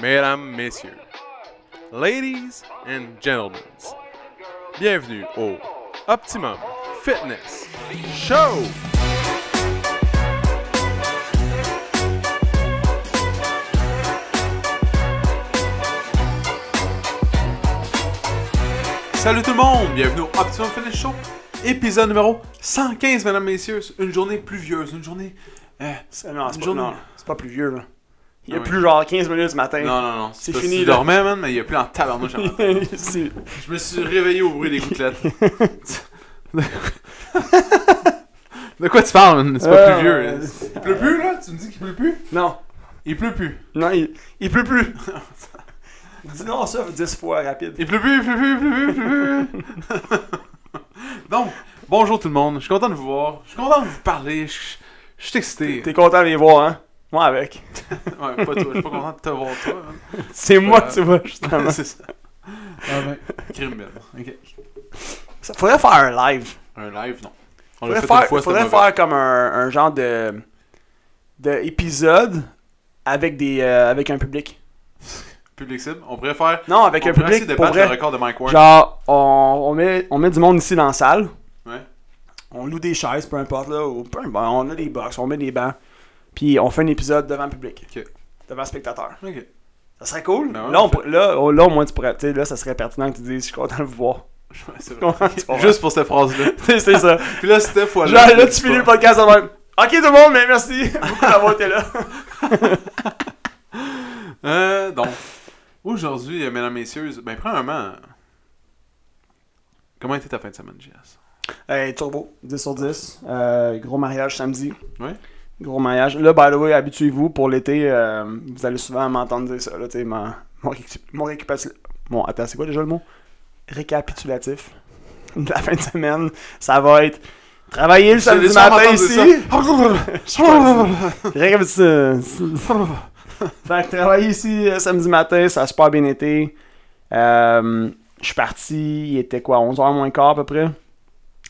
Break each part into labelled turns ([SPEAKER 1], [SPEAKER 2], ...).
[SPEAKER 1] mesdames, messieurs, ladies and gentlemen, bienvenue au Optimum Fitness Show! Salut tout le monde, bienvenue au Optimum Fitness Show, épisode numéro 115, mesdames, messieurs. Une journée pluvieuse, une journée. euh,
[SPEAKER 2] C'est- Non, c'est
[SPEAKER 1] Une
[SPEAKER 2] pas,
[SPEAKER 1] journée.
[SPEAKER 2] non, c'est pas plus vieux, là. Il y a
[SPEAKER 1] Ah oui.
[SPEAKER 2] plus genre 15 minutes ce matin.
[SPEAKER 1] Non, non, non.
[SPEAKER 2] C'est
[SPEAKER 1] parce
[SPEAKER 2] fini,
[SPEAKER 1] que Tu
[SPEAKER 2] là.
[SPEAKER 1] dormais, man, mais il y a plus en tabarnouche en matin.
[SPEAKER 2] C'est-
[SPEAKER 1] Je me suis réveillé au bruit des gouttelettes. De quoi tu parles, man? C'est pas
[SPEAKER 2] Euh,
[SPEAKER 1] plus vieux.
[SPEAKER 2] euh,
[SPEAKER 1] là. Il pleut plus, là? Tu me dis qu'il pleut plus?
[SPEAKER 2] non,
[SPEAKER 1] Il pleut plus.
[SPEAKER 2] non, il, il pleut plus. Dis non ça 10 fois rapide.
[SPEAKER 1] Il pleut plus, il pleut plus, il pleut plus, il pleut plus. Donc, bonjour tout le monde. Je suis content de vous voir. Je suis content de vous parler. Je je suis excité.
[SPEAKER 2] T'es content de les voir, hein? Moi avec.
[SPEAKER 1] Ouais, pas toi. Je suis pas content de te voir, toi. man.
[SPEAKER 2] C'est moi
[SPEAKER 1] Euh,
[SPEAKER 2] que tu vois, justement.
[SPEAKER 1] C'est ça. Ah ben. Crime, man. Ok.
[SPEAKER 2] Ça- faudrait faire un live.
[SPEAKER 1] Un live, non. On l'a
[SPEAKER 2] Faudrait
[SPEAKER 1] fait
[SPEAKER 2] faire,
[SPEAKER 1] une fois, c'était
[SPEAKER 2] faudrait
[SPEAKER 1] mauvais.
[SPEAKER 2] faire comme un, un genre de, de épisode avec, des, euh, avec un public.
[SPEAKER 1] Public cible. On pourrait faire...
[SPEAKER 2] Non, avec
[SPEAKER 1] on
[SPEAKER 2] un
[SPEAKER 1] pourrait
[SPEAKER 2] public.
[SPEAKER 1] essayer de
[SPEAKER 2] pour
[SPEAKER 1] battre
[SPEAKER 2] vrai.
[SPEAKER 1] le record de Mike Ward.
[SPEAKER 2] Genre, on, on met, on met du monde ici dans la salle.
[SPEAKER 1] Ouais.
[SPEAKER 2] On loue des chaises, peu importe, là. Ou peu importe, on a des box, on met des bancs. Puis on fait un épisode devant le public.
[SPEAKER 1] Ok.
[SPEAKER 2] Devant le spectateur.
[SPEAKER 1] Ok.
[SPEAKER 2] Ça serait cool.
[SPEAKER 1] Ben ouais,
[SPEAKER 2] là, on
[SPEAKER 1] on fait.
[SPEAKER 2] pourrait- là, oh, là, au moins, tu pourrais. Tu sais, là, ça serait pertinent que tu dises, je suis content de vous voir.
[SPEAKER 1] Ouais, c'est vrai.
[SPEAKER 2] Comment tu vas?
[SPEAKER 1] Juste pour cette phrase-là.
[SPEAKER 2] Tu sais, c'est ça. Genre,
[SPEAKER 1] Puis là, cette fois-là.
[SPEAKER 2] là, tu finis le podcast en même. Ok, tout le monde, mais merci beaucoup d'avoir été là.
[SPEAKER 1] Euh, donc, aujourd'hui, euh, mesdames, messieurs, ben, premièrement, comment était ta fin de semaine, JS
[SPEAKER 2] Hey, Turbo, 10 sur 10. Euh, gros mariage samedi.
[SPEAKER 1] Ouais.
[SPEAKER 2] Gros mariage. Là, by the way, habituez-vous pour l'été. euh, vous allez souvent m'entendre dire ça. Là, tu sais, mon, mon, récu- mon récapitulatif. Bon, attends, c'est quoi déjà le mot Récapitulatif de la fin de semaine. Ça va être travailler le
[SPEAKER 1] Je l'ai
[SPEAKER 2] samedi
[SPEAKER 1] sûrement
[SPEAKER 2] matin
[SPEAKER 1] entendu
[SPEAKER 2] ici.
[SPEAKER 1] ça.
[SPEAKER 2] Récapitulatif. Fait que travailler ici euh, samedi matin, ça a super bien été. Euh, je suis parti, il était quoi, 11h moins quart à peu près.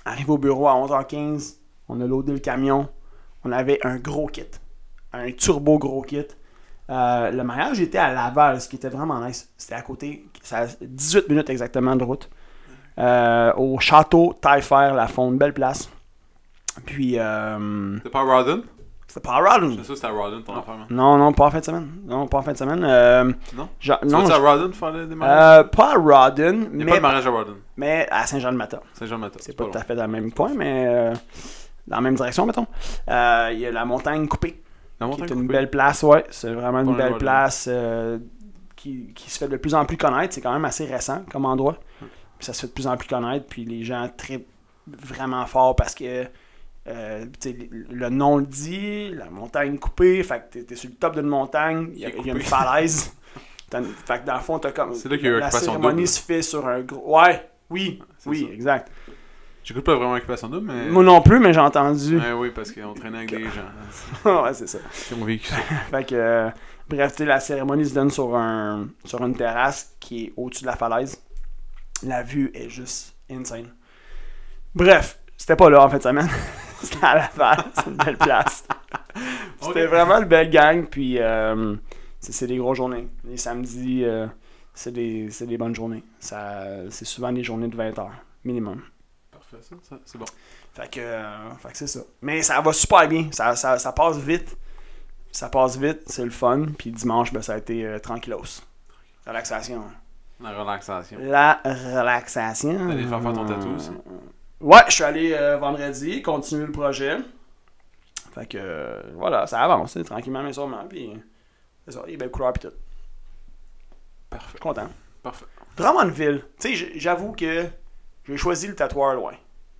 [SPEAKER 2] Arrivé au bureau à 11h15, on a loadé le camion. On avait un gros kit, un turbo gros kit. Euh, le mariage était à Laval, ce qui était vraiment nice. C'était à côté, ça a 18 minutes exactement de route. Euh, au château Taillefer, la Fonte, belle place. Puis, euh,
[SPEAKER 1] T'es pas à Rodden
[SPEAKER 2] c'était pas à Rodden.
[SPEAKER 1] Je sais que c'était à Rodden, ton affaire, man.
[SPEAKER 2] Non, non, pas en fin de semaine. Non, pas en fin de semaine. Euh,
[SPEAKER 1] Non?
[SPEAKER 2] je-
[SPEAKER 1] Tu
[SPEAKER 2] non,
[SPEAKER 1] vas-tu à
[SPEAKER 2] je-
[SPEAKER 1] Rodden faire le démarrage
[SPEAKER 2] euh, pas à Rodden,
[SPEAKER 1] Il n'y a pas
[SPEAKER 2] mais,
[SPEAKER 1] de mariage à Rodden.
[SPEAKER 2] mais à Saint-Jean-de-Matin.
[SPEAKER 1] Saint-Jean-Matin.
[SPEAKER 2] C'est pas tout à
[SPEAKER 1] loin.
[SPEAKER 2] fait dans le même coin, mais euh, dans la même direction, mettons. Euh, Il y a la montagne coupée,
[SPEAKER 1] La montagne
[SPEAKER 2] qui est une
[SPEAKER 1] coupée.
[SPEAKER 2] belle place, ouais. C'est vraiment
[SPEAKER 1] Pas
[SPEAKER 2] une
[SPEAKER 1] loin
[SPEAKER 2] belle
[SPEAKER 1] de
[SPEAKER 2] place euh, qui, qui se fait de plus en plus connaître. C'est quand même assez récent comme endroit. Puis ça se fait de plus en plus connaître, puis les gens trippent vraiment fort parce que euh, tu sais, le nom le dit, la montagne coupée, fait que t'es- t'es sur le top d'une montagne, il y, a-
[SPEAKER 1] Qui est
[SPEAKER 2] il y a une
[SPEAKER 1] coupée.
[SPEAKER 2] falaise. T'as une- fait que dans le fond, t'as comme.
[SPEAKER 1] C'est là qu'il y a eu
[SPEAKER 2] La
[SPEAKER 1] Occupation
[SPEAKER 2] cérémonie
[SPEAKER 1] Double.
[SPEAKER 2] se fait sur un gros. Ouais, oui,
[SPEAKER 1] C'est
[SPEAKER 2] oui,
[SPEAKER 1] ça.
[SPEAKER 2] exact.
[SPEAKER 1] J'écoute pas vraiment Occupation Double, mais.
[SPEAKER 2] Moi non plus, mais j'ai entendu.
[SPEAKER 1] Ouais, oui, parce qu'on traînait avec des gens
[SPEAKER 2] ouais, c'est ça.
[SPEAKER 1] qui ont vécu ça.
[SPEAKER 2] Fait que, euh, bref, tu sais, la cérémonie se donne sur, un, sur une terrasse qui est au-dessus de la falaise. La vue est juste insane. Bref, c'était pas là en fin de semaine. c'était à Laval, c'est une belle place. C'était
[SPEAKER 1] Ok.
[SPEAKER 2] vraiment une belle gang, puis euh, c'est c'est des grosses journées. Les samedis, euh, c'est des, c'est des bonnes journées. Ça- C'est souvent des journées de 20 heures, minimum.
[SPEAKER 1] Parfait, ça, ça, c'est bon.
[SPEAKER 2] Fait que, euh, fait que c'est ça. Mais ça va super bien. Ça, ça, ça passe vite. Ça passe vite, c'est le fun. Puis dimanche, ben, ça a été euh, tranquillos. Relaxation.
[SPEAKER 1] La relaxation.
[SPEAKER 2] La relaxation.
[SPEAKER 1] T'es allé faire faire ton tatou aussi?
[SPEAKER 2] Ouais, je suis allé euh, vendredi, continuer le projet. Fait que, euh, voilà, ça avance, hein, tranquillement mais sûrement. Puis, c'est ça, il y a des belles couleurs puis tout.
[SPEAKER 1] Parfait.
[SPEAKER 2] Content.
[SPEAKER 1] Parfait.
[SPEAKER 2] Drummondville, tu sais, j- j'avoue que j'ai choisi le tatoueur loin.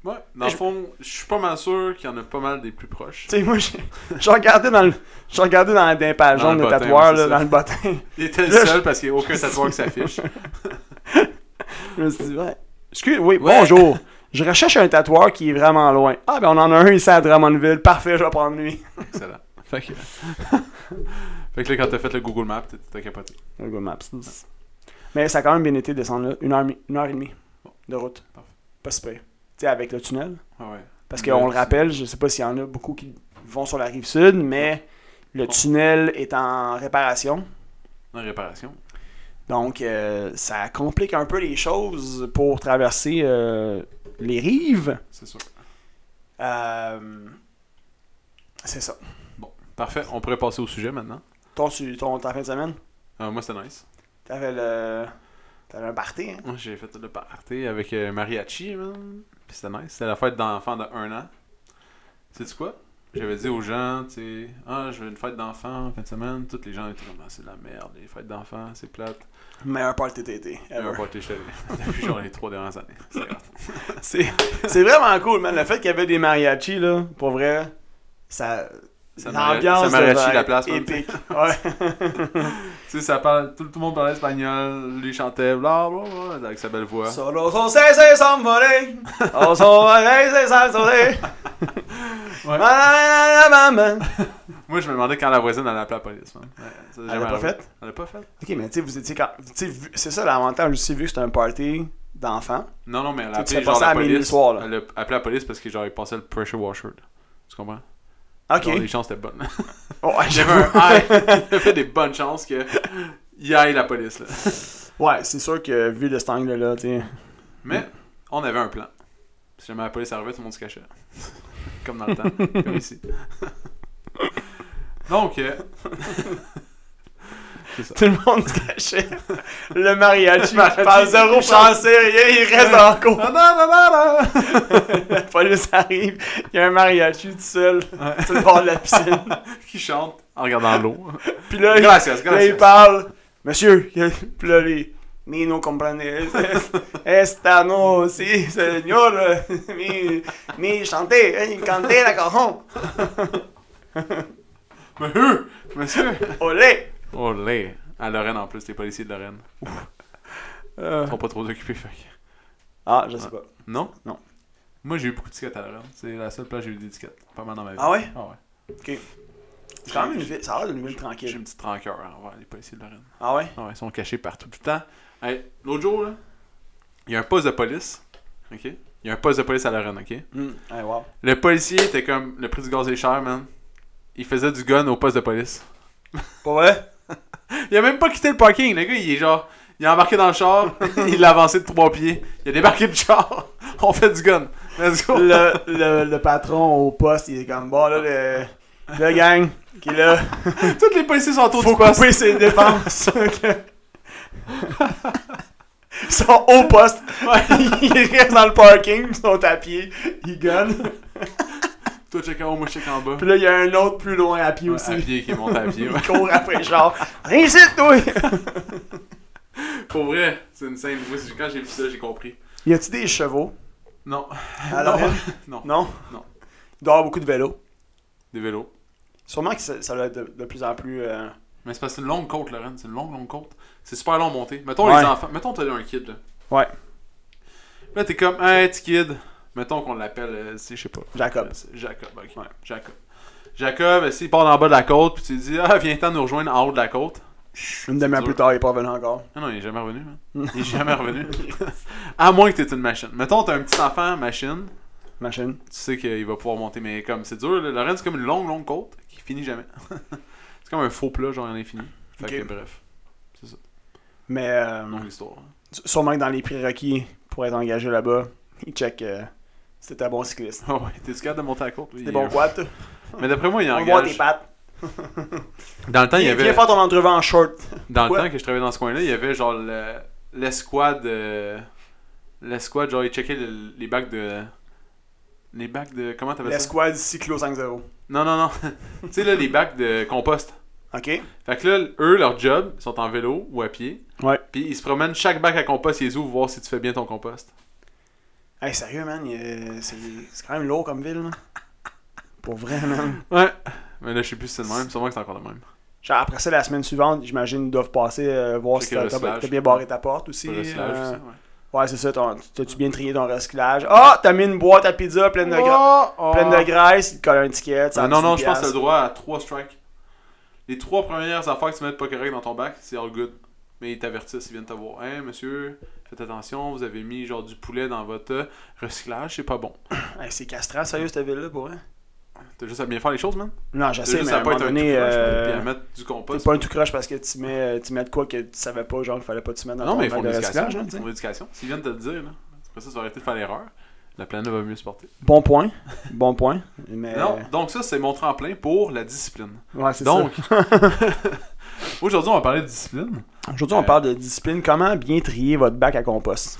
[SPEAKER 1] Ouais, dans le fond, je suis pas mal sûr qu'il y en a pas mal des plus proches.
[SPEAKER 2] Tu sais, moi, j'ai- je regardais dans le. Je regardais dans, dans les pages
[SPEAKER 1] Dans
[SPEAKER 2] jaunes
[SPEAKER 1] le
[SPEAKER 2] de
[SPEAKER 1] bottin,
[SPEAKER 2] tatoueurs,
[SPEAKER 1] ouais,
[SPEAKER 2] là,
[SPEAKER 1] c'est
[SPEAKER 2] dans
[SPEAKER 1] ça.
[SPEAKER 2] le bottin.
[SPEAKER 1] Il était le
[SPEAKER 2] Là, je-
[SPEAKER 1] seul parce qu'il n'y a aucun tatoueur qui s'affiche.
[SPEAKER 2] Je me suis dit, ouais. Excuse, oui,
[SPEAKER 1] Ouais.
[SPEAKER 2] bonjour. Je recherche un tatoueur qui est vraiment loin. Ah, ben on en a un ici à Drummondville. Parfait, je vais prendre lui.
[SPEAKER 1] Excellent. Fait que... fait que là, quand t'as fait le Google Maps, t'as- t'as capoté.
[SPEAKER 2] Google Maps. Mais ça a quand même bien été de descendre là. Une heure, et demie- une heure et demie
[SPEAKER 1] Bon.
[SPEAKER 2] de route.
[SPEAKER 1] Parfait.
[SPEAKER 2] Pas super. Tu sais, avec le tunnel.
[SPEAKER 1] Ah ouais.
[SPEAKER 2] Parce
[SPEAKER 1] Le
[SPEAKER 2] qu'on le
[SPEAKER 1] tunnel.
[SPEAKER 2] rappelle, je sais pas s'il y en a beaucoup qui vont sur la rive sud, mais le
[SPEAKER 1] Bon.
[SPEAKER 2] tunnel est en réparation.
[SPEAKER 1] Une réparation.
[SPEAKER 2] Donc, euh, ça complique un peu les choses pour traverser euh, les rives.
[SPEAKER 1] C'est sûr.
[SPEAKER 2] Euh, c'est ça.
[SPEAKER 1] Parfait, on pourrait passer au sujet maintenant.
[SPEAKER 2] Toi, tu, ton, ta fin de semaine,
[SPEAKER 1] Euh, moi, c'était nice.
[SPEAKER 2] t'avais le. T'avais un party, hein?
[SPEAKER 1] Moi, j'ai fait le party avec euh, Mariachi, man. Puis c'était nice. C'était la fête d'enfants de 1 an. Sais-tu quoi? J'avais dit aux gens, tu sais, ah, je veux une fête d'enfants en fin de semaine. Tous les gens étaient comme, Ah, c'est de la merde, les fêtes d'enfants, c'est plate.
[SPEAKER 2] Meilleur party d'été.
[SPEAKER 1] J'ai
[SPEAKER 2] ever.
[SPEAKER 1] pas été chez depuis genre les trois dernières années. C'est grave.
[SPEAKER 2] C'est c'est vraiment cool, man. Le fait qu'il y avait des mariachis, là, pour vrai, ça.
[SPEAKER 1] Ça
[SPEAKER 2] L'ambiance
[SPEAKER 1] mari- ça mariachi
[SPEAKER 2] devait
[SPEAKER 1] la
[SPEAKER 2] être
[SPEAKER 1] place, man.
[SPEAKER 2] épique. Ouais.
[SPEAKER 1] Tu sais, ça parle, tout, tout le monde parlait espagnol, lui chantait, bla bla bla, avec sa belle voix.
[SPEAKER 2] Solo son se se s'envoler. Oh son se se s'envoler.
[SPEAKER 1] Ouais.
[SPEAKER 2] Ouais.
[SPEAKER 1] Moi, je me demandais quand la voisine allait appeler la police. man. Ouais, ça,
[SPEAKER 2] Elle
[SPEAKER 1] jamais
[SPEAKER 2] l'a pas
[SPEAKER 1] arrivé.
[SPEAKER 2] faite?
[SPEAKER 1] Elle l'a pas faite?
[SPEAKER 2] Ok, mais tu sais, vous étiez quand. Tu sais, vu- c'est ça l'avantage aussi, vu que c'est un party d'enfants.
[SPEAKER 1] Non, non, mais elle a
[SPEAKER 2] Tu te
[SPEAKER 1] appelé
[SPEAKER 2] fais
[SPEAKER 1] genre
[SPEAKER 2] passer
[SPEAKER 1] la
[SPEAKER 2] à minuit le
[SPEAKER 1] police.
[SPEAKER 2] soir, là.
[SPEAKER 1] Elle a appelé la police parce que genre, il passait le pressure washer. là. Tu comprends?
[SPEAKER 2] Ok.
[SPEAKER 1] Genre, les chances étaient bonnes.
[SPEAKER 2] Oh, ouais,
[SPEAKER 1] J'avais un high. J'avais des bonnes chances que y aille la police. Là.
[SPEAKER 2] Ouais, c'est sûr que vu de cet angle-là, tu sais.
[SPEAKER 1] Mais on avait un plan. Si jamais la police arrivait, tout le monde se cachait. comme dans le temps, comme ici. Donc, euh,
[SPEAKER 2] Tout le monde se cachait. Le mariachi,
[SPEAKER 1] mariachi,
[SPEAKER 2] il parle zéro
[SPEAKER 1] il chante.
[SPEAKER 2] français, rien, il reste en cours.
[SPEAKER 1] Ah, non, non, non,
[SPEAKER 2] bah,
[SPEAKER 1] non.
[SPEAKER 2] La police arrive, il y a un mariachi tout seul, sur le bord de la piscine.
[SPEAKER 1] qui chante en regardant l'eau.
[SPEAKER 2] Puis là, il-
[SPEAKER 1] Gracias,
[SPEAKER 2] Là, il
[SPEAKER 1] gracias.
[SPEAKER 2] parle. Monsieur, il- puis là, les- Mi no comprende. Esta no, si, señor. Mi, mi chanté, canté la cajon.
[SPEAKER 1] Monsieur, monsieur.
[SPEAKER 2] Olé.
[SPEAKER 1] Oh, les. À Lorraine, en plus, les policiers de Lorraine.
[SPEAKER 2] Euh.
[SPEAKER 1] Ils sont pas trop occupés, fait que-
[SPEAKER 2] Ah, je sais pas.
[SPEAKER 1] Non?
[SPEAKER 2] Non.
[SPEAKER 1] Moi, j'ai eu beaucoup d'étiquettes à Lorraine. C'est la seule place où j'ai eu d'étiquettes. Pas mal dans ma vie.
[SPEAKER 2] Ah ouais?
[SPEAKER 1] Ah ouais.
[SPEAKER 2] C'est quand même une ville, ça a l'air d'une ville
[SPEAKER 1] J'ai
[SPEAKER 2] tranquille.
[SPEAKER 1] une petite rancœur à envers les policiers de Lorraine.
[SPEAKER 2] Ah ouais?
[SPEAKER 1] Ah ouais, ils sont cachés partout tout le temps. Hey, L'autre jour, là, il y a un poste de police. OK? Il y a un poste de police à Lorraine, OK?
[SPEAKER 2] Hum, Ouais, wow.
[SPEAKER 1] Le policier était comme le prix du gaz est cher, man. Il faisait du gun au poste de police.
[SPEAKER 2] Pas vrai?
[SPEAKER 1] Il a même pas quitté le parking. Le gars, il est genre. Il a embarqué dans le char. il l'a avancé de trois pieds. Il a débarqué du char. On fait du gun. Let's go.
[SPEAKER 2] Le, le, le patron au poste, il est comme bon, là, le, le gang qui est là.
[SPEAKER 1] Tous les policiers sont autour
[SPEAKER 2] Faut
[SPEAKER 1] du poste.
[SPEAKER 2] couper ses dépenses. Ils sont au poste. Ils restent dans le parking, ils sont à pied, ils gueulent.
[SPEAKER 1] Toi, check en haut, moi, check en bas.
[SPEAKER 2] Puis là, il y a un autre plus loin à pied
[SPEAKER 1] Ouais,
[SPEAKER 2] aussi.
[SPEAKER 1] à pied, qui monte à pied. ouais.
[SPEAKER 2] Il court après le char. Rien ici, toi!
[SPEAKER 1] Pour vrai, c'est une scène. Moi, c'est- quand j'ai vu ça, j'ai compris.
[SPEAKER 2] Y a-tu des chevaux?
[SPEAKER 1] Non.
[SPEAKER 2] Alors,
[SPEAKER 1] non.
[SPEAKER 2] elle?
[SPEAKER 1] non.
[SPEAKER 2] Non?
[SPEAKER 1] Non.
[SPEAKER 2] Il doit y avoir beaucoup de vélos.
[SPEAKER 1] Des vélos.
[SPEAKER 2] Sûrement que ça, ça doit être de, de plus en plus. euh,
[SPEAKER 1] Mais c'est parce que c'est une longue côte, Lorraine. C'est une longue, longue côte. C'est super long à monter. Mettons
[SPEAKER 2] Ouais.
[SPEAKER 1] les enfants. Mettons, t'as un kid, là.
[SPEAKER 2] Ouais.
[SPEAKER 1] Là, t'es comme, hey, petit kid. Mettons qu'on l'appelle, euh, si, je sais pas.
[SPEAKER 2] Jacob.
[SPEAKER 1] C'est Jacob, ok.
[SPEAKER 2] Ouais.
[SPEAKER 1] Jacob. Jacob, euh, s'il part en bas de la côte, puis tu lui dis, ah, viens-t'en nous rejoindre en haut de la côte.
[SPEAKER 2] Une demi-heure
[SPEAKER 1] dur.
[SPEAKER 2] plus tard, il est pas revenu encore.
[SPEAKER 1] Non, non, il est jamais revenu, man. Il est jamais revenu. à moins que t'aies une machine. Mettons, t'as un petit enfant, machine.
[SPEAKER 2] Machine.
[SPEAKER 1] tu sais qu'il va pouvoir monter. Mais comme c'est dur, là, Lorraine, c'est comme une longue, longue côte qui finit jamais. c'est comme un faux plat, genre à l'infini. Fait
[SPEAKER 2] Ok.
[SPEAKER 1] que bref,
[SPEAKER 2] Mais euh,
[SPEAKER 1] longue histoire. hein.
[SPEAKER 2] s- sûrement que dans les prérequis pour être engagé là-bas, il check euh, si t'es un bon cycliste.
[SPEAKER 1] Ah ouais, t'es-tu capable de monter à la côte? lui?
[SPEAKER 2] T'es
[SPEAKER 1] Il-
[SPEAKER 2] bon quoi, toi?
[SPEAKER 1] Mais d'après moi, il
[SPEAKER 2] On voit tes
[SPEAKER 1] engage.
[SPEAKER 2] pattes.
[SPEAKER 1] Dans le temps, il y
[SPEAKER 2] Viens,
[SPEAKER 1] avait.
[SPEAKER 2] viens faire ton entrevue en short.
[SPEAKER 1] Dans le
[SPEAKER 2] Ouais.
[SPEAKER 1] temps que je travaillais dans ce coin-là, il y avait genre le- l'escouade. euh, L'escouade, genre, ils checkaient le- les bacs de. Les bacs de. Comment t'appelles ça?
[SPEAKER 2] L'escouade Cyclo 5-0.
[SPEAKER 1] Non, non, non. tu sais, là, les bacs de compost.
[SPEAKER 2] OK?
[SPEAKER 1] Fait que là, eux, leur job, ils sont en vélo ou à pied.
[SPEAKER 2] Ouais.
[SPEAKER 1] Puis ils se promènent chaque bac à compost, ils les ouvrent, voir si tu fais bien ton compost.
[SPEAKER 2] Hey, sérieux, man, il est- c'est c'est quand même lourd comme ville, man. Pour vrai, man.
[SPEAKER 1] Ouais. Mais là, je sais plus si c'est le même. Sûrement que c'est encore le même.
[SPEAKER 2] Genre, après ça, la semaine suivante, j'imagine, ils doivent passer, euh, voir si
[SPEAKER 1] Checker
[SPEAKER 2] t'as
[SPEAKER 1] le
[SPEAKER 2] t'as-
[SPEAKER 1] slage.
[SPEAKER 2] t'as bien barré ta porte aussi.
[SPEAKER 1] C'est le slage
[SPEAKER 2] euh,
[SPEAKER 1] aussi, ouais.
[SPEAKER 2] ouais, c'est ça, ton- t'as-tu bien trié ton recyclage? Ah, t'as mis une boîte à pizza pleine de, gra- pleine de graisse, il te colle un ticket.
[SPEAKER 1] Ah,
[SPEAKER 2] ça
[SPEAKER 1] non, non, je pense que
[SPEAKER 2] piastres.
[SPEAKER 1] t'as le droit à 3 strikes. Les 3 premières affaires que tu mets pas correct dans ton bac, c'est all good. Mais ils t'avertissent, ils viennent te voir. Hein, monsieur, faites attention, vous avez mis genre du poulet dans votre euh, recyclage, c'est pas bon.
[SPEAKER 2] Hey, c'est castrant, sérieux, cette ville-là, pour vrai?
[SPEAKER 1] T'as juste à bien faire les choses, man.
[SPEAKER 2] Non,
[SPEAKER 1] T'as
[SPEAKER 2] j'essaie,
[SPEAKER 1] juste
[SPEAKER 2] mais
[SPEAKER 1] à
[SPEAKER 2] à un
[SPEAKER 1] pas
[SPEAKER 2] moment
[SPEAKER 1] être un
[SPEAKER 2] donné,
[SPEAKER 1] tout croche,
[SPEAKER 2] euh,
[SPEAKER 1] puis à mettre du
[SPEAKER 2] t'es
[SPEAKER 1] compost.
[SPEAKER 2] pas un tout croche parce que tu mets, euh, tu mets de quoi que tu savais pas, genre qu'il fallait pas que tu mettes dans
[SPEAKER 1] Non,
[SPEAKER 2] ton
[SPEAKER 1] mais ils
[SPEAKER 2] bac
[SPEAKER 1] font de
[SPEAKER 2] de
[SPEAKER 1] l'éducation.
[SPEAKER 2] recyclage, hein,
[SPEAKER 1] Ils
[SPEAKER 2] tu sais.
[SPEAKER 1] font de l'éducation. S'ils viennent te le dire, là, après ça, tu vas arrêter de faire l'erreur. La planète va mieux se porter.
[SPEAKER 2] Bon point, bon point. Mais euh,
[SPEAKER 1] Non, donc ça, c'est mon tremplin pour la discipline.
[SPEAKER 2] ouais, Euh. c'est
[SPEAKER 1] Donc, aujourd'hui, on va parler de discipline.
[SPEAKER 2] ça. Aujourd'hui, on
[SPEAKER 1] euh,
[SPEAKER 2] parle de discipline. Comment bien trier votre bac à compost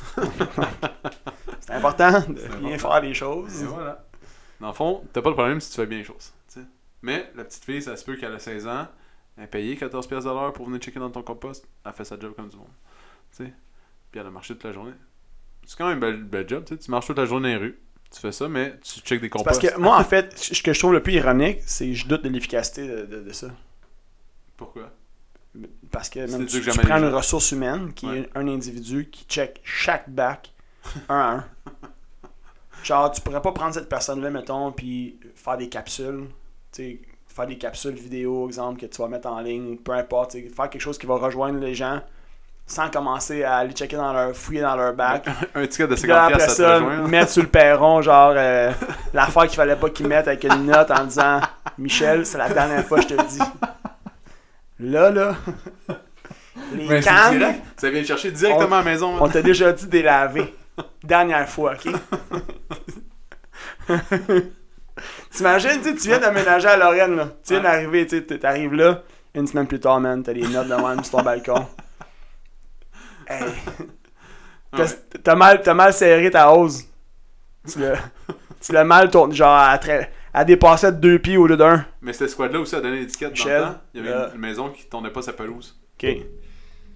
[SPEAKER 2] C'est important de bien
[SPEAKER 1] important.
[SPEAKER 2] faire les
[SPEAKER 1] Et
[SPEAKER 2] choses.
[SPEAKER 1] voilà. Dans le fond, t'as pas de problème si tu fais bien les choses. tu sais. Mais la petite fille, ça se peut qu'elle a 16 ans, elle a payé 14$ piastres de l'heure pour venir checker dans ton compost, elle fait sa job comme du monde. tu sais. Puis elle a marché toute la journée. C'est quand même un bel, bel job, tu sais. tu marches toute la journée dans les rues, tu fais ça, mais tu checkes des
[SPEAKER 2] C'est
[SPEAKER 1] composts.
[SPEAKER 2] Parce que moi, en fait, ce que je trouve le plus ironique, c'est que je doute de l'efficacité de, de- de ça.
[SPEAKER 1] Pourquoi?
[SPEAKER 2] Parce que
[SPEAKER 1] C'est
[SPEAKER 2] même
[SPEAKER 1] dur
[SPEAKER 2] tu,
[SPEAKER 1] que
[SPEAKER 2] tu
[SPEAKER 1] jamais
[SPEAKER 2] prends
[SPEAKER 1] les
[SPEAKER 2] une
[SPEAKER 1] gens.
[SPEAKER 2] ressource humaine qui
[SPEAKER 1] Ouais.
[SPEAKER 2] est un individu qui check chaque bac un à un. Genre, tu pourrais pas prendre cette personne-là, mettons, puis faire des capsules. Tu sais, faire des capsules vidéo, exemple, que tu vas mettre en ligne, peu importe. tu sais, Faire quelque chose qui va rejoindre les gens sans commencer à aller checker dans leur. fouiller dans leur bac.
[SPEAKER 1] Un ticket de
[SPEAKER 2] Puis
[SPEAKER 1] 50$
[SPEAKER 2] là, après
[SPEAKER 1] piastres, ça
[SPEAKER 2] ça,
[SPEAKER 1] te rejoint. là.
[SPEAKER 2] mettre sur le perron, genre, euh, l'affaire qu'il fallait pas qu'ils mettent avec une note en disant Michel, c'est la dernière fois que je te le dis. Là, là, les
[SPEAKER 1] Mais Ben, c'est
[SPEAKER 2] cannes,
[SPEAKER 1] direct. Ça vient le chercher directement à la maison.
[SPEAKER 2] on t'a déjà dit de les laver. Dernière fois, ok? T'imagines, tu sais, tu viens d'aménager à Lorraine, là. Tu viens
[SPEAKER 1] Ouais.
[SPEAKER 2] d'arriver, tu sais, t- t'arrives là, une semaine plus tard, man, t'as les notes de même sur ton balcon. Hey.
[SPEAKER 1] Ah Ouais.
[SPEAKER 2] T'as- T'as mal, t'as mal serré ta hose. Tu l'as, tu l'as mal tourné. Genre, elle, tra- elle dépassait de deux pieds au lieu d'un.
[SPEAKER 1] Mais cette squad-là aussi a donné l'étiquette dans
[SPEAKER 2] Michel,
[SPEAKER 1] le temps. Il y avait
[SPEAKER 2] là.
[SPEAKER 1] une maison qui tournait pas sa pelouse.
[SPEAKER 2] Ok. Hey,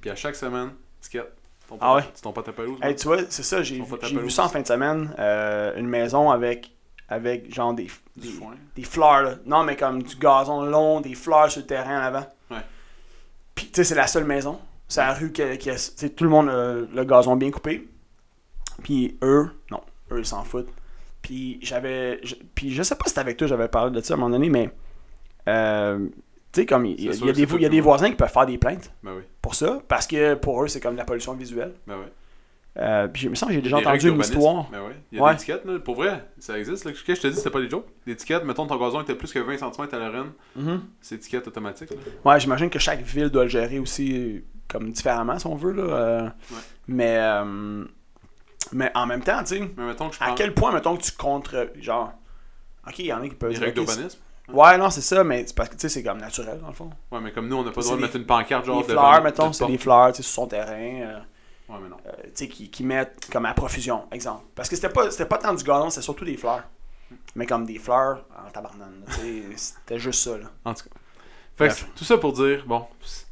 [SPEAKER 1] Puis à chaque semaine, étiquette. Ton
[SPEAKER 2] Ah
[SPEAKER 1] pas-
[SPEAKER 2] ouais?
[SPEAKER 1] Tu tombes pas ta pelouse. man.
[SPEAKER 2] tu vois, c'est ça, j'ai,
[SPEAKER 1] Ils
[SPEAKER 2] vu,
[SPEAKER 1] font pas
[SPEAKER 2] j'ai vu
[SPEAKER 1] pelouse.
[SPEAKER 2] ça en fin de semaine. euh, une maison avec, avec genre des,
[SPEAKER 1] Du
[SPEAKER 2] des-
[SPEAKER 1] foin.
[SPEAKER 2] des fleurs, là. Non, mais comme du gazon long, des fleurs sur le terrain en avant.
[SPEAKER 1] Ouais.
[SPEAKER 2] Puis, tu sais, c'est la seule maison. C'est la rue qui, qui a- tu sais, tout le monde a le gazon bien coupé. Puis eux, non, eux, ils s'en foutent. Puis j'avais. je- Puis je sais pas si c'était avec toi, j'avais parlé de ça à un moment donné, mais. euh, tu sais, comme il il y,
[SPEAKER 1] C'est sûr
[SPEAKER 2] a
[SPEAKER 1] que
[SPEAKER 2] des
[SPEAKER 1] c'est
[SPEAKER 2] vo-
[SPEAKER 1] pas
[SPEAKER 2] il y a
[SPEAKER 1] tout
[SPEAKER 2] des
[SPEAKER 1] le monde.
[SPEAKER 2] voisins qui peuvent faire des plaintes
[SPEAKER 1] Ben oui.
[SPEAKER 2] pour ça, parce que pour eux, c'est comme de la pollution visuelle.
[SPEAKER 1] Ben oui.
[SPEAKER 2] Euh, puis je me sens que j'ai déjà
[SPEAKER 1] Les règles
[SPEAKER 2] entendu une
[SPEAKER 1] d'urbanisme.
[SPEAKER 2] histoire.
[SPEAKER 1] Ben oui. Il y a
[SPEAKER 2] Ouais.
[SPEAKER 1] des étiquettes, là. Pour vrai, ça existe. Là. Qu'est-ce que je te dis, c'était pas des jokes. L'étiquette, mettons ton gazon était plus que 20 cm à la reine,
[SPEAKER 2] Mhm.
[SPEAKER 1] c'est étiquette automatique. là.
[SPEAKER 2] Ouais, j'imagine que chaque ville doit le gérer aussi euh, comme différemment si on veut là. euh,
[SPEAKER 1] Ouais.
[SPEAKER 2] Mais euh, mais en même temps, tu sais,
[SPEAKER 1] Mais mettons que je
[SPEAKER 2] à
[SPEAKER 1] prends
[SPEAKER 2] quel point mettons que tu contre genre OK, il y en a qui peuvent
[SPEAKER 1] les règles
[SPEAKER 2] OK,
[SPEAKER 1] d'urbanisme.
[SPEAKER 2] c'est- Ouais, non, c'est ça, mais c'est parce que tu sais c'est comme naturel dans le fond.
[SPEAKER 1] Ouais, mais comme nous, on n'a pas le
[SPEAKER 2] C'est
[SPEAKER 1] droit de
[SPEAKER 2] des-
[SPEAKER 1] mettre une pancarte genre
[SPEAKER 2] les
[SPEAKER 1] de.
[SPEAKER 2] fleurs, mettons, c'est des fleurs, tu sais, sur son terrain, euh,
[SPEAKER 1] Ouais, mais non.
[SPEAKER 2] euh, tu sais qui, qui mettent comme à profusion, exemple. Parce que c'était pas c'était pas tant du gazon, c'est surtout des fleurs. Mais comme des fleurs en tabarnane, là, tu sais, c'était juste ça là.
[SPEAKER 1] En tout cas. Fait que
[SPEAKER 2] Bref.
[SPEAKER 1] tout ça pour dire, bon. c-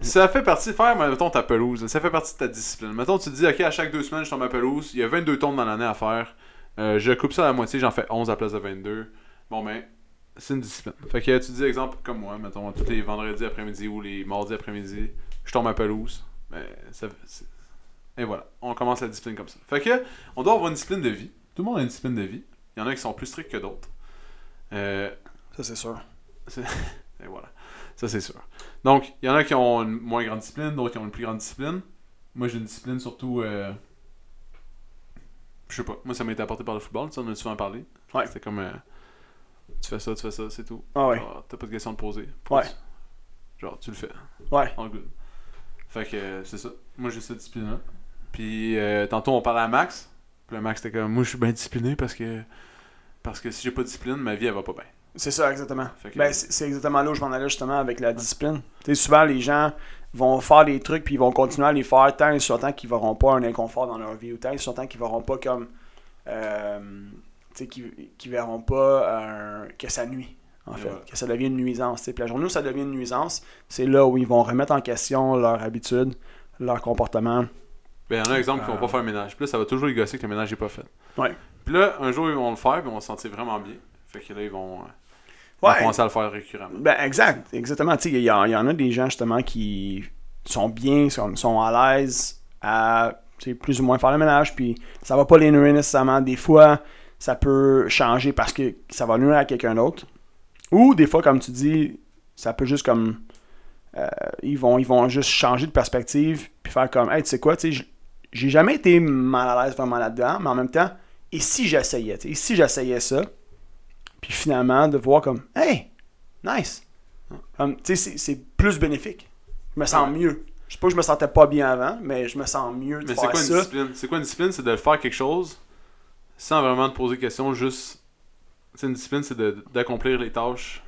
[SPEAKER 1] Ça fait partie, faire, mettons, ta pelouse. Ça fait partie de ta discipline. Mettons, tu te dis, OK, à chaque deux semaines, je tombe ma pelouse. Il y a 22 tombes dans l'année à faire. Euh, je coupe ça à la moitié, j'en fais 11 à la place de 22. Bon, ben, c'est une discipline. Fait que tu dis, exemple, comme moi, mettons, tous les vendredis après-midi ou les mardis après-midi, je tombe ma pelouse. Ben, ça, c'est- Et voilà, on commence la discipline comme ça. Fait que, on doit avoir une discipline de vie. Tout le monde a une discipline de vie. Il y en a qui sont plus stricts que d'autres. Euh,
[SPEAKER 2] Ça c'est sûr.
[SPEAKER 1] et voilà. Ça, c'est sûr. Donc, il y en a qui ont une moins grande discipline, d'autres qui ont une plus grande discipline. Moi, j'ai une discipline surtout. euh, Je sais pas. Moi, ça m'a été apporté par le football. Tu sais, on en a souvent parlé.
[SPEAKER 2] Ouais.
[SPEAKER 1] C'était comme. euh, Tu fais ça, tu fais ça, c'est tout.
[SPEAKER 2] Ah ouais.
[SPEAKER 1] Genre, T'as pas de question de poser.
[SPEAKER 2] Ouais.
[SPEAKER 1] Genre, tu le fais.
[SPEAKER 2] Ouais.
[SPEAKER 1] All good. Fait que euh, c'est ça. Moi, j'ai cette discipline-là. Puis, euh, tantôt, on parlait à Max. Puis, le Max était comme. Moi, je suis bien discipliné parce que. Parce que si j'ai pas de discipline, ma vie, elle va pas bien.
[SPEAKER 2] C'est ça, exactement.
[SPEAKER 1] Fait que-
[SPEAKER 2] Ben, c'est c'est exactement là où je m'en allais justement avec la discipline. Tu sais, souvent, les gens vont faire des trucs puis ils vont continuer à les faire tant et sur tant qu'ils verront pas un inconfort dans leur vie ou tant et sur tant qu'ils verront pas comme. euh, tu sais, qu'ils qu'ils verront pas un- que ça nuit, en
[SPEAKER 1] Et
[SPEAKER 2] fait.
[SPEAKER 1] voilà.
[SPEAKER 2] Que ça devient une nuisance. tu sais. Puis la journée où ça devient une nuisance, c'est là où ils vont remettre en question leur habitude, leur comportement.
[SPEAKER 1] Ben, il y en a, exemple, qui vont
[SPEAKER 2] Euh.
[SPEAKER 1] pas faire le ménage. Puis là, ça va toujours les gosser que le ménage n'est pas fait.
[SPEAKER 2] Ouais.
[SPEAKER 1] Puis là, un jour, ils vont le faire, puis ils vont se sentir vraiment bien. Fait que là, ils vont, euh, ils vont
[SPEAKER 2] Ouais,
[SPEAKER 1] commencer à le faire récurremment.
[SPEAKER 2] Ben, exact, exactement. Tu sais, Il y, a- il y en a des gens justement qui sont bien, sont, sont à l'aise à tu sais, plus ou moins faire le ménage, puis ça va pas les nuire nécessairement. Des fois, ça peut changer parce que ça va nuire à quelqu'un d'autre. Ou des fois, comme tu dis, ça peut juste comme. euh, ils, vont, ils vont juste changer de perspective, puis faire comme, hey, tu sais quoi, tu sais, j- j'ai jamais été mal à l'aise vraiment là-dedans, mais en même temps, et si j'essayais, tu sais, et si j'essayais ça, Puis finalement, de voir comme, hey, nice. Comme, tu sais, c'est- c'est plus bénéfique. Je me sens mieux. Je sais pas que je me sentais pas bien avant, mais je me sens mieux de
[SPEAKER 1] Mais c'est
[SPEAKER 2] faire
[SPEAKER 1] quoi une
[SPEAKER 2] ça.
[SPEAKER 1] discipline C'est quoi une discipline C'est de faire quelque chose sans vraiment te poser de questions, juste. Tu sais, une discipline, c'est de- d'accomplir les tâches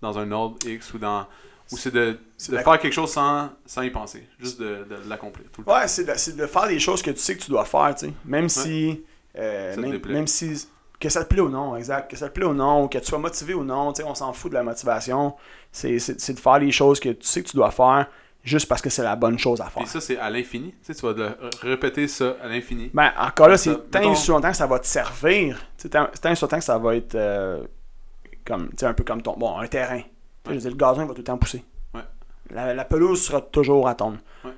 [SPEAKER 1] dans un ordre X ou dans. Ou c'est de,
[SPEAKER 2] C'est
[SPEAKER 1] de
[SPEAKER 2] d'ac-
[SPEAKER 1] faire quelque chose sans, sans y penser, juste de, de l'accomplir tout le temps.
[SPEAKER 2] Ouais, c'est de, c'est de faire des choses que tu sais que tu dois faire, tu sais. Même si. euh,
[SPEAKER 1] Ça te
[SPEAKER 2] même,
[SPEAKER 1] déplaît.
[SPEAKER 2] même si. Que ça te plaît ou non, exact. Que ça te plaît ou non, ou que tu sois motivé ou non, tu sais, on s'en fout de la motivation. C'est c'est- c'est de faire les choses que tu sais que tu dois faire juste parce que c'est la bonne chose à faire.
[SPEAKER 1] Puis ça, c'est à l'infini. Tu sais, tu vas le- répéter ça à l'infini.
[SPEAKER 2] Ben, encore là,
[SPEAKER 1] Ça,
[SPEAKER 2] c'est tant
[SPEAKER 1] mettons-
[SPEAKER 2] et sur longtemps que ça va te servir. tu sais, Tant tant et sur longtemps que ça va être euh, comme, tu sais, un peu comme ton. Bon, un terrain. Tu sais, je veux dire, le gazon il va tout le temps pousser.
[SPEAKER 1] Ouais.
[SPEAKER 2] La, la pelouse sera toujours à tomber.
[SPEAKER 1] Ouais.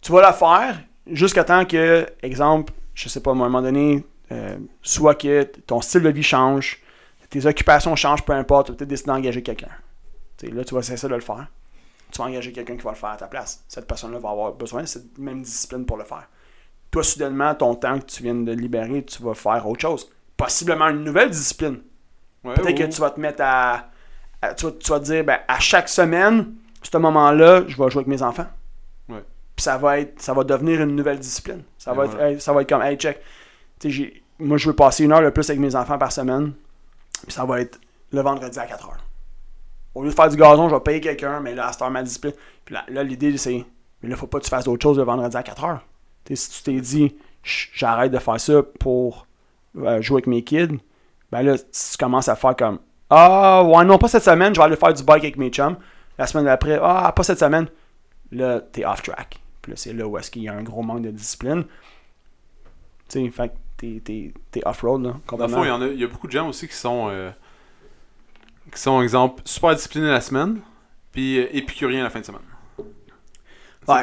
[SPEAKER 2] Tu vas la faire jusqu'à temps que, exemple, je sais pas, à un moment donné, euh, soit que t- ton style de vie change, tes occupations changent, peu importe, tu vas peut-être décider d'engager quelqu'un. Tu sais, là, tu vas cesser de le faire. Tu vas engager quelqu'un qui va le faire à ta place. Cette personne-là va avoir besoin de cette même discipline pour le faire toi, soudainement, ton temps que tu viens de libérer, tu vas faire autre chose. Possiblement une nouvelle discipline.
[SPEAKER 1] Ouais,
[SPEAKER 2] Peut-être
[SPEAKER 1] ou-
[SPEAKER 2] que tu vas te mettre à. à- tu, vas, tu vas te dire, ben, à chaque semaine, ce moment-là, je vais jouer avec mes enfants.
[SPEAKER 1] Ouais.
[SPEAKER 2] Puis ça va, être, ça va devenir une nouvelle discipline. Ça,
[SPEAKER 1] Et
[SPEAKER 2] va, être,
[SPEAKER 1] voilà.
[SPEAKER 2] hey, ça va être comme, hey, check. Tu sais, j'ai- moi, je veux passer une heure le plus avec mes enfants par semaine. Puis ça va être le vendredi à 4 heures. Au lieu de faire du gazon, je vais payer quelqu'un, mais là, à cette heure, ma discipline. Puis là, là, l'idée, c'est, mais là, faut pas que tu fasses d'autres choses le vendredi à 4 heures. Tu sais, si tu t'es dit, Ch- j'arrête de faire ça pour euh, jouer avec mes kids, ben là, si tu commences à faire comme, ah, ouais, non, pas cette semaine, je vais aller faire du bike avec mes chums. La semaine d'après, ah, pas cette semaine. Là, t'es off track. Puis là, c'est là où est-ce qu'il y a un gros manque de discipline. Tu sais, fait que t'es- t'es t'es off-road, là,
[SPEAKER 1] Dans le
[SPEAKER 2] complètement.
[SPEAKER 1] fond, il y, en a, il y a beaucoup de gens aussi qui sont, euh, qui sont exemple, super disciplinés la semaine, puis euh, épicuriens la fin de semaine.
[SPEAKER 2] Ouais,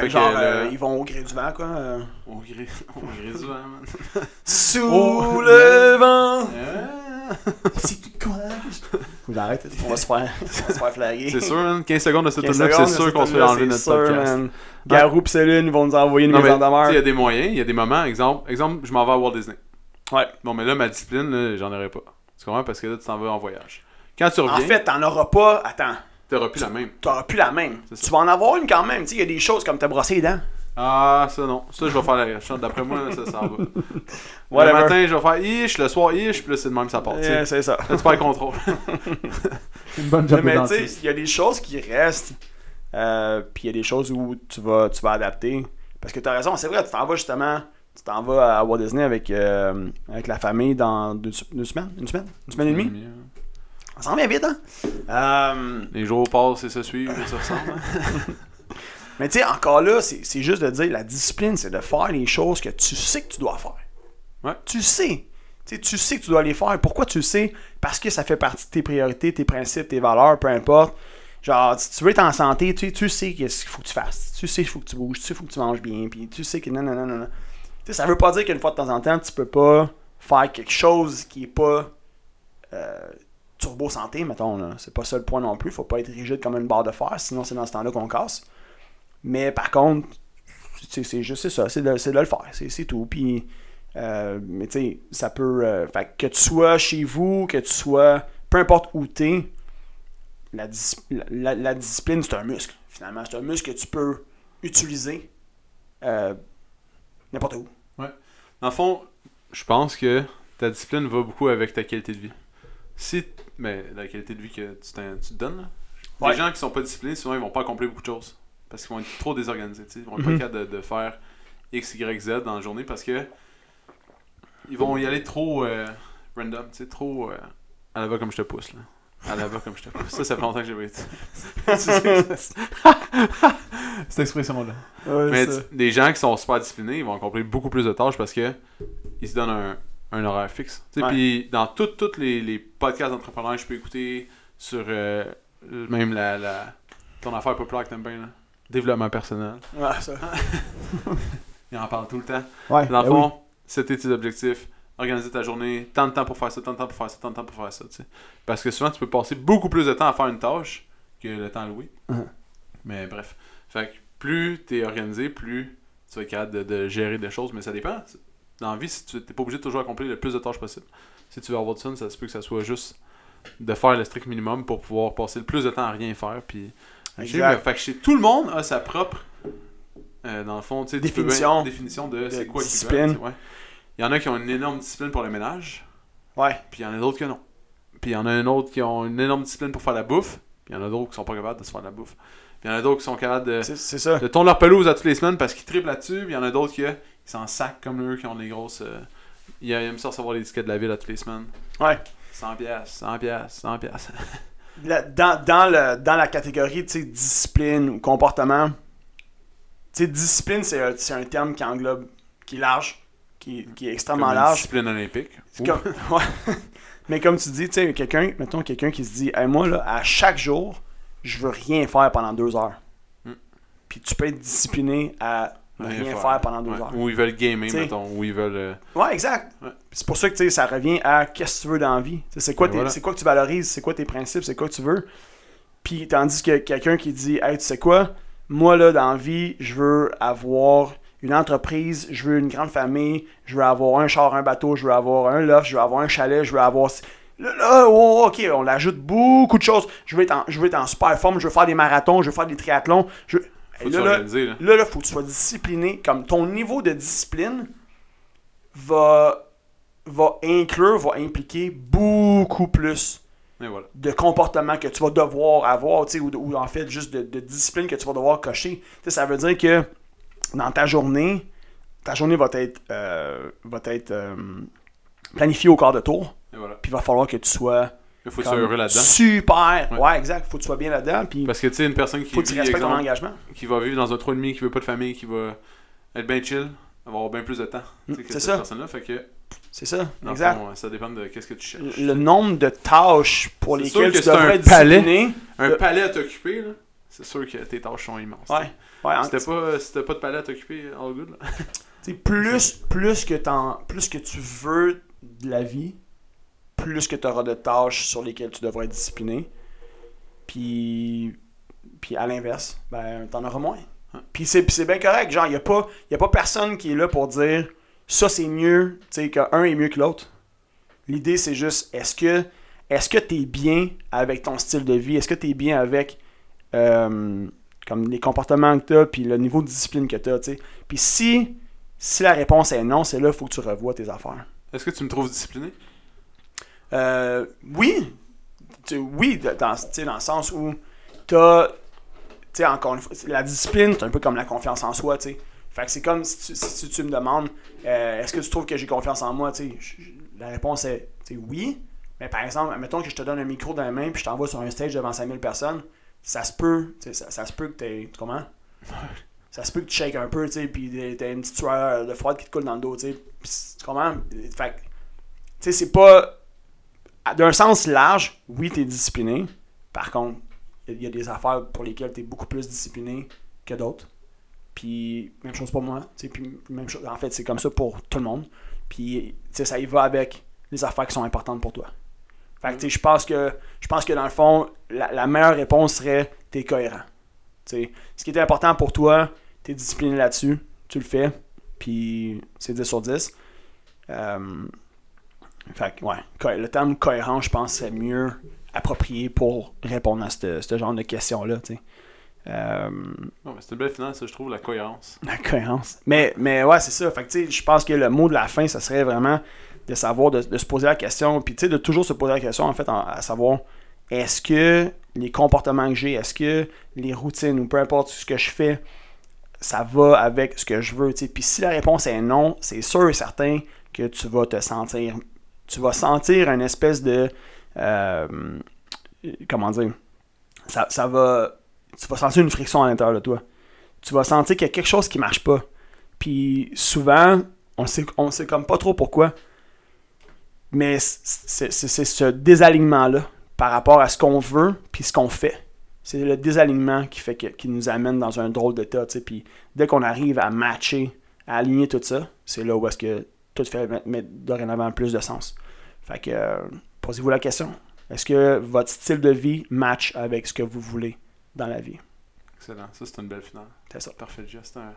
[SPEAKER 1] Fait que
[SPEAKER 2] genre,
[SPEAKER 1] le-
[SPEAKER 2] euh, ils vont au gré du vent, quoi. euh.
[SPEAKER 1] Au gré, au gré du vent, man.
[SPEAKER 2] Sous
[SPEAKER 1] Oh.
[SPEAKER 2] le vent!
[SPEAKER 1] Euh,
[SPEAKER 2] C'est tout quoi? Vous arrêtez, on va se faire, on va se faire flaguer.
[SPEAKER 1] C'est sûr, man, 15 secondes de cette
[SPEAKER 2] 15
[SPEAKER 1] tune-là, puis c'est
[SPEAKER 2] secondes,
[SPEAKER 1] sûr qu'on se fait
[SPEAKER 2] là,
[SPEAKER 1] enlever
[SPEAKER 2] c'est
[SPEAKER 1] notre
[SPEAKER 2] sûr,
[SPEAKER 1] podcast. Ah.
[SPEAKER 2] man. Garou pis Céline vont nous envoyer une
[SPEAKER 1] Non,
[SPEAKER 2] mise
[SPEAKER 1] mais
[SPEAKER 2] en
[SPEAKER 1] tu sais, il y a
[SPEAKER 2] demeure.
[SPEAKER 1] des moyens, il y a des moments. Exemple, exemple je m'en vais à Walt Disney.
[SPEAKER 2] Ouais.
[SPEAKER 1] Bon, mais là, ma discipline, là, j'en aurais pas. Tu comprends? Parce que là, tu t'en vas en voyage. Quand tu reviens,
[SPEAKER 2] En fait, t'en auras pas. Attends,
[SPEAKER 1] t'auras plus la même.
[SPEAKER 2] t'auras plus la même.
[SPEAKER 1] C'est ça.
[SPEAKER 2] Tu vas en avoir une quand même. Tu sais, il y a des choses comme t'as brossé les dents.
[SPEAKER 1] Ah, ça non. Ça, je vais faire la recherche. D'après moi, là, ça s'en va.
[SPEAKER 2] Whatever.
[SPEAKER 1] Le matin, je vais faire ish, le soir ish, puis là, c'est de même, ça part. tu sais.
[SPEAKER 2] Euh, C'est ça.
[SPEAKER 1] Là, tu perds le contrôle.
[SPEAKER 3] Une bonne job de
[SPEAKER 2] mais tu sais,
[SPEAKER 3] dentiste.
[SPEAKER 2] il y a des choses qui restent. euh, puis il y a des choses où tu vas, tu vas adapter. Parce que tu as raison, c'est vrai, tu t'en vas justement. Tu t'en vas à Walt Disney avec, euh, avec la famille dans deux, deux semaines, une semaine, une semaine et demie. On s'en vient vite, hein? Euh,
[SPEAKER 1] Les jours passent et se suivent et se ressemblent. hein.
[SPEAKER 2] Mais tu sais, encore là, c'est c'est juste de dire la discipline, c'est de faire les choses que tu sais que tu dois faire.
[SPEAKER 1] Ouais.
[SPEAKER 2] Tu sais. Tu sais, tu sais que tu dois les faire. Pourquoi tu le sais? Parce que ça fait partie de tes priorités, tes principes, tes valeurs, peu importe. Genre, si tu veux être en santé, tu, tu sais qu'est-ce qu'il faut que tu fasses. Tu sais qu'il faut que tu bouges, tu sais qu'il faut que tu manges bien, puis tu sais que non, non, non, non. non. Tu sais, ça veut pas dire qu'une fois de temps en temps, tu peux pas faire quelque chose qui est pas euh, turbo santé, mettons. là. C'est pas ça le point non plus. Faut pas être rigide comme une barre de fer, sinon c'est dans ce temps-là qu'on casse. Mais par contre, tu sais, c'est juste c'est ça, c'est de, c'est de le faire, c'est c'est tout. Puis, euh, mais tu sais, ça peut. euh, fait que tu sois chez vous, que tu sois. Peu importe où t'es, la, dis- la, la discipline, c'est un muscle, finalement. C'est un muscle que tu peux utiliser euh, n'importe où.
[SPEAKER 1] Dans le fond, je pense que ta discipline va beaucoup avec ta qualité de vie. Si, mais la qualité de vie que tu, t'in- tu te donnes, là.
[SPEAKER 2] Ouais.
[SPEAKER 1] les gens qui sont pas disciplinés, souvent, ils vont pas accomplir beaucoup de choses. Parce qu'ils vont être trop désorganisés. tu sais. Ils vont être
[SPEAKER 2] Mhm.
[SPEAKER 3] Mm-hmm.
[SPEAKER 1] pas capables de, de faire X, Y, Z dans la journée parce que ils vont y aller trop euh, random, tu sais, trop euh, à la va comme je te pousse. Là. À la va comme je te pousse. Ça, ça fait longtemps que j'ai pas dit.
[SPEAKER 3] Cette expression-là.
[SPEAKER 1] Mais tu- des gens qui sont super disciplinés, ils vont accomplir beaucoup plus de tâches parce que ils se donnent un, un horaire fixe. Tu sais,
[SPEAKER 2] Ouais.
[SPEAKER 1] Puis dans tous les, les podcasts d'entrepreneurs que je peux écouter, sur euh, même la, la- ton affaire populaire que t'aimes bien, là, développement personnel,
[SPEAKER 2] Ouais, ça.
[SPEAKER 1] ils en parlent tout le temps.
[SPEAKER 3] Ouais,
[SPEAKER 1] Dans
[SPEAKER 3] ben
[SPEAKER 1] le fond, c'était tes objectifs, organiser ta journée, tant de temps pour faire ça, tant de temps pour faire ça, tant de temps pour faire ça. tu sais. Parce que souvent, tu peux passer beaucoup plus de temps à faire une tâche que le temps loué.
[SPEAKER 2] Mhm.
[SPEAKER 1] Mais bref. Fait que plus tu es organisé, plus tu vas être capable de, de gérer des choses, mais ça dépend. Dans la vie, si tu n'es pas obligé de toujours accomplir le plus de tâches possible. Si tu veux avoir du fun, ça se peut que ça soit juste de faire le strict minimum pour pouvoir passer le plus de temps à rien faire. Puis, j'ai eu-
[SPEAKER 2] Exact.
[SPEAKER 1] fait que chez tout le monde a sa propre, euh, dans le fond, tu sais, tu peux bien-
[SPEAKER 2] Définition.
[SPEAKER 1] définition de Euh, c'est quoi
[SPEAKER 2] discipline.
[SPEAKER 1] l'équivalent, tu sais, ouais. Il y en a qui ont une énorme discipline pour le ménage,
[SPEAKER 2] Ouais.
[SPEAKER 1] puis il y en a d'autres que non. Puis il y en a un autre qui ont une énorme discipline pour faire la bouffe, puis il y en a d'autres qui sont pas capables de se faire de la bouffe. Puis il y en a d'autres qui sont capables de,
[SPEAKER 2] C'est c'est ça.
[SPEAKER 1] de tourner leur pelouse à toutes les semaines parce qu'ils triplent là-dessus, puis il y en a d'autres qui euh, ils s'en sacent comme eux, qui ont des grosses. euh, ils ils aiment ça recevoir les tickets de la ville à toutes les semaines.
[SPEAKER 2] Ouais.
[SPEAKER 1] 100 piastres, 100 piastres, 100 piastres.
[SPEAKER 2] La- dans, dans, le, dans la catégorie tu sais, discipline ou comportement, tu sais, discipline, c'est un, c'est un terme qui englobe, qui est large, qui, qui est extrêmement
[SPEAKER 1] Comme une
[SPEAKER 2] large.
[SPEAKER 1] discipline olympique.
[SPEAKER 2] C'est comme- ouais. Mais comme tu dis, tu sais, quelqu'un, mettons quelqu'un qui se dit, Hey, moi, là, à chaque jour, je veux rien faire pendant deux heures.
[SPEAKER 1] Mm.
[SPEAKER 2] Puis tu peux être discipliné à ne rien, faire. pendant deux
[SPEAKER 1] Ouais.
[SPEAKER 2] heures.
[SPEAKER 1] Ou ils veulent gamer,
[SPEAKER 2] T'sais.
[SPEAKER 1] mettons. Ou ils veulent. euh,
[SPEAKER 2] Ouais, exact.
[SPEAKER 1] Ouais.
[SPEAKER 2] Puis C'est pour ça que tu sais, ça revient à qu'est-ce que tu veux dans la vie. Tu sais, C'est quoi,
[SPEAKER 1] Et
[SPEAKER 2] tes-
[SPEAKER 1] Ben voilà.
[SPEAKER 2] c'est quoi que tu valorises, c'est quoi tes principes, c'est quoi que tu veux. Puis tandis que quelqu'un qui dit Hey, tu sais quoi, moi là dans la vie, je veux avoir une entreprise, je veux une grande famille, je veux avoir un char, un bateau, je veux avoir un loft, je veux avoir un chalet, je veux avoir. ci- Là, là, oh, ok, on l'ajoute beaucoup de choses. Je veux, être en, je veux être en super forme, je veux faire des marathons, je veux faire des triathlons. Je... veux-
[SPEAKER 1] Faut
[SPEAKER 2] Hey,
[SPEAKER 1] se
[SPEAKER 2] là, là,
[SPEAKER 1] organiser, là.
[SPEAKER 2] Là, là, faut que tu sois discipliné. Comme ton niveau de discipline va, va inclure, va impliquer beaucoup plus
[SPEAKER 1] Et voilà.
[SPEAKER 2] de comportements que tu vas devoir avoir, tu sais, ou, de- ou en fait juste de, de discipline que tu vas devoir cocher. Tu sais, ça veut dire que dans ta journée, ta journée va être, euh, va être euh, planifiée au quart de tour,
[SPEAKER 1] Et voilà.
[SPEAKER 2] puis il va falloir que tu sois
[SPEAKER 1] Il faut que tu sois
[SPEAKER 2] comme
[SPEAKER 1] heureux là-dedans.
[SPEAKER 2] super.
[SPEAKER 1] Ouais.
[SPEAKER 2] Ouais. exact, faut que tu sois bien là-dedans, puis
[SPEAKER 1] Parce que, tu sais, une personne qui,
[SPEAKER 2] faut que tu
[SPEAKER 1] vit,
[SPEAKER 2] respectes ton
[SPEAKER 1] exemple,
[SPEAKER 2] engagement.
[SPEAKER 1] qui va vivre dans un trou de demi, qui veut pas de famille, qui va être bien chill, avoir bien plus de temps. tu sais,
[SPEAKER 2] Mm,
[SPEAKER 1] que
[SPEAKER 2] c'est
[SPEAKER 1] cette
[SPEAKER 2] ça.
[SPEAKER 1] personne-là. Fait que,
[SPEAKER 2] C'est ça,
[SPEAKER 1] dans le
[SPEAKER 2] exact.
[SPEAKER 1] fond, ça dépend de qu'est-ce que tu cherches.
[SPEAKER 2] le nombre de tâches pour
[SPEAKER 1] C'est sûr
[SPEAKER 2] lesquelles
[SPEAKER 1] que
[SPEAKER 2] tu
[SPEAKER 1] c'est un
[SPEAKER 2] devrais être
[SPEAKER 1] palais.
[SPEAKER 2] discipliné.
[SPEAKER 1] Un
[SPEAKER 2] le-
[SPEAKER 1] palais à t'occuper, là. C'est sûr que tes tâches sont immenses.
[SPEAKER 2] Ouais. Ouais, en-
[SPEAKER 1] C'était pas, si t'as pas de palais à t'occuper, all good. Là.
[SPEAKER 2] t'sais, plus, plus, que t'en- plus que tu veux de la vie, plus que tu auras de tâches sur lesquelles tu devras être discipliné. Puis, puis à l'inverse, ben, t'en auras moins.
[SPEAKER 1] Ouais.
[SPEAKER 2] Puis c'est puis c'est bien correct. Genre, il n'y a, pas- y a pas personne qui est là pour dire ça c'est mieux, tu sais, qu'un est mieux que l'autre. L'idée, c'est juste, est-ce que est-ce que tu es bien avec ton style de vie? Est-ce que tu es bien avec euh, comme les comportements que tu as, puis le niveau de discipline que tu as? Puis si, si la réponse est non, c'est là qu'il faut que tu revoies tes affaires.
[SPEAKER 1] Est-ce que tu me trouves discipliné
[SPEAKER 2] Euh, oui, Tu- oui, de- dans, tu sais, dans le sens où tu as, encore une fois, la discipline, c'est un peu comme la confiance en soi. tu sais. Fait que c'est comme si tu, si tu- tu me demandes, euh, est-ce que tu trouves que j'ai confiance en moi? tu sais, je- je- la réponse est tu sais, oui. Mais par exemple, admettons que je te donne un micro dans la main puis je t'envoie sur un stage devant 5000 personnes, ça se peut, tu sais, ça, ça se peut que t'aies- tu comment? Ça se peut que tu shakes un peu, tu sais, puis t'as- t'as une petite sueur de froide qui te coule dans le dos, tu sais. Puis c'est- Tu comprends? Fait que, tu sais, c'est pas. à- D'un sens large, oui, t'es discipliné. Par contre, il y a des affaires pour lesquelles t'es beaucoup plus discipliné que d'autres. Puis, même chose pour moi, tu sais, puis même chose. En fait, c'est comme ça pour tout le monde. Puis, tu sais, ça y va avec les affaires qui sont importantes pour toi. Fait que, tu sais, je pense que, je pense que dans le fond, la, la meilleure réponse serait t'es cohérent. Tu sais, ce qui était important pour toi, tu es discipliné là-dessus, tu le fais, puis c'est 10 sur 10. Euh, fait que, ouais, co- le terme cohérent, je pense, c'est mieux approprié pour répondre à ce ce genre de questions-là, tu sais. Euh,
[SPEAKER 1] Non, mais ben, c'est une belle finale, ça, je trouve, la cohérence.
[SPEAKER 2] la cohérence. Mais, mais ouais, c'est ça. Fait que, tu sais, je pense que le mot de la fin, ça serait vraiment de savoir, de, de se poser la question, puis, tu sais, de toujours se poser la question, en fait, en- à savoir, est-ce que les comportements que j'ai, est-ce que les routines ou peu importe ce que je fais, ça va avec ce que je veux, tu sais. Puis si la réponse est non, c'est sûr et certain que tu vas te sentir, tu vas sentir une espèce de, euh, comment dire, ça, ça va, tu vas sentir une friction à l'intérieur de toi tu vas sentir qu'il y a quelque chose qui marche pas. Puis souvent, on sait, on sait comme pas trop pourquoi. Mais c'est c'est- c'est ce désalignement-là par rapport à ce qu'on veut puis ce qu'on fait. C'est le désalignement qui fait que, qui nous amène dans un drôle d'état. tu sais. Puis dès qu'on arrive à matcher, à aligner tout ça, c'est là où est-ce que tout fait mettre- mettre dorénavant plus de sens. Fait que euh, posez-vous la question. Est-ce que votre style de vie match avec ce que vous voulez dans la vie?
[SPEAKER 1] Excellent. Ça, c'est une belle finale.
[SPEAKER 2] C'est ça.
[SPEAKER 1] Parfait, Jeff. C'était
[SPEAKER 2] Ah.
[SPEAKER 1] un,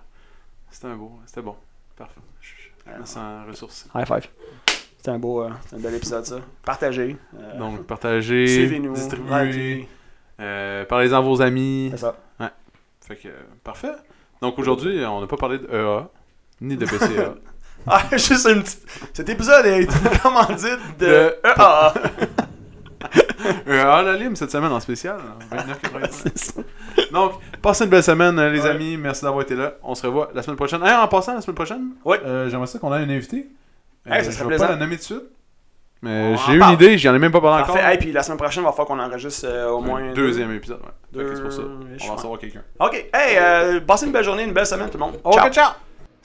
[SPEAKER 1] c'était un beau. C'était bon. Parfait. Je, je me sens ressourcé.
[SPEAKER 2] High five. C'était un beau, euh, c'était un bel épisode, ça. Partagez. euh,
[SPEAKER 1] Donc, partagez,
[SPEAKER 2] suivez-nous.
[SPEAKER 1] distribuez,
[SPEAKER 2] likez.
[SPEAKER 1] euh, parlez-en à vos amis.
[SPEAKER 2] C'est ça.
[SPEAKER 1] Fait que, euh, parfait. Donc, aujourd'hui, euh, on n'a pas parlé de EA, ni de BCA.
[SPEAKER 2] Ah, juste une petite. Cet épisode a été commandite de.
[SPEAKER 1] De-
[SPEAKER 2] Ah!
[SPEAKER 1] EA, E la lime, cette semaine en spécial. 29,95.
[SPEAKER 2] C'est ça.
[SPEAKER 1] Donc, passez une belle semaine, euh, les
[SPEAKER 2] Ouais.
[SPEAKER 1] amis. Merci d'avoir été là. On se revoit la semaine prochaine. Hey, en passant, la semaine prochaine,
[SPEAKER 3] Euh, J'aimerais ça qu'on ait un invité.
[SPEAKER 1] euh,
[SPEAKER 2] Hey, ça
[SPEAKER 1] je
[SPEAKER 2] serait
[SPEAKER 1] vais
[SPEAKER 2] plaisant.
[SPEAKER 1] pas la nommer tout de suite. Mais
[SPEAKER 2] On en
[SPEAKER 1] j'ai eu une
[SPEAKER 2] parle.
[SPEAKER 1] idée, j'en ai même pas parlé encore.
[SPEAKER 2] Parfait. Hey, puis la semaine prochaine, il va falloir qu'on enregistre euh, au
[SPEAKER 1] Un
[SPEAKER 2] moins.
[SPEAKER 1] deuxième épisode, ouais. Fait que
[SPEAKER 2] Deux.
[SPEAKER 1] c'est pour ça. On va en savoir quelqu'un.
[SPEAKER 2] Ok. Hey, euh, passez une belle journée, une belle semaine, tout le monde.
[SPEAKER 1] Ok,
[SPEAKER 2] Ciao.
[SPEAKER 1] ciao!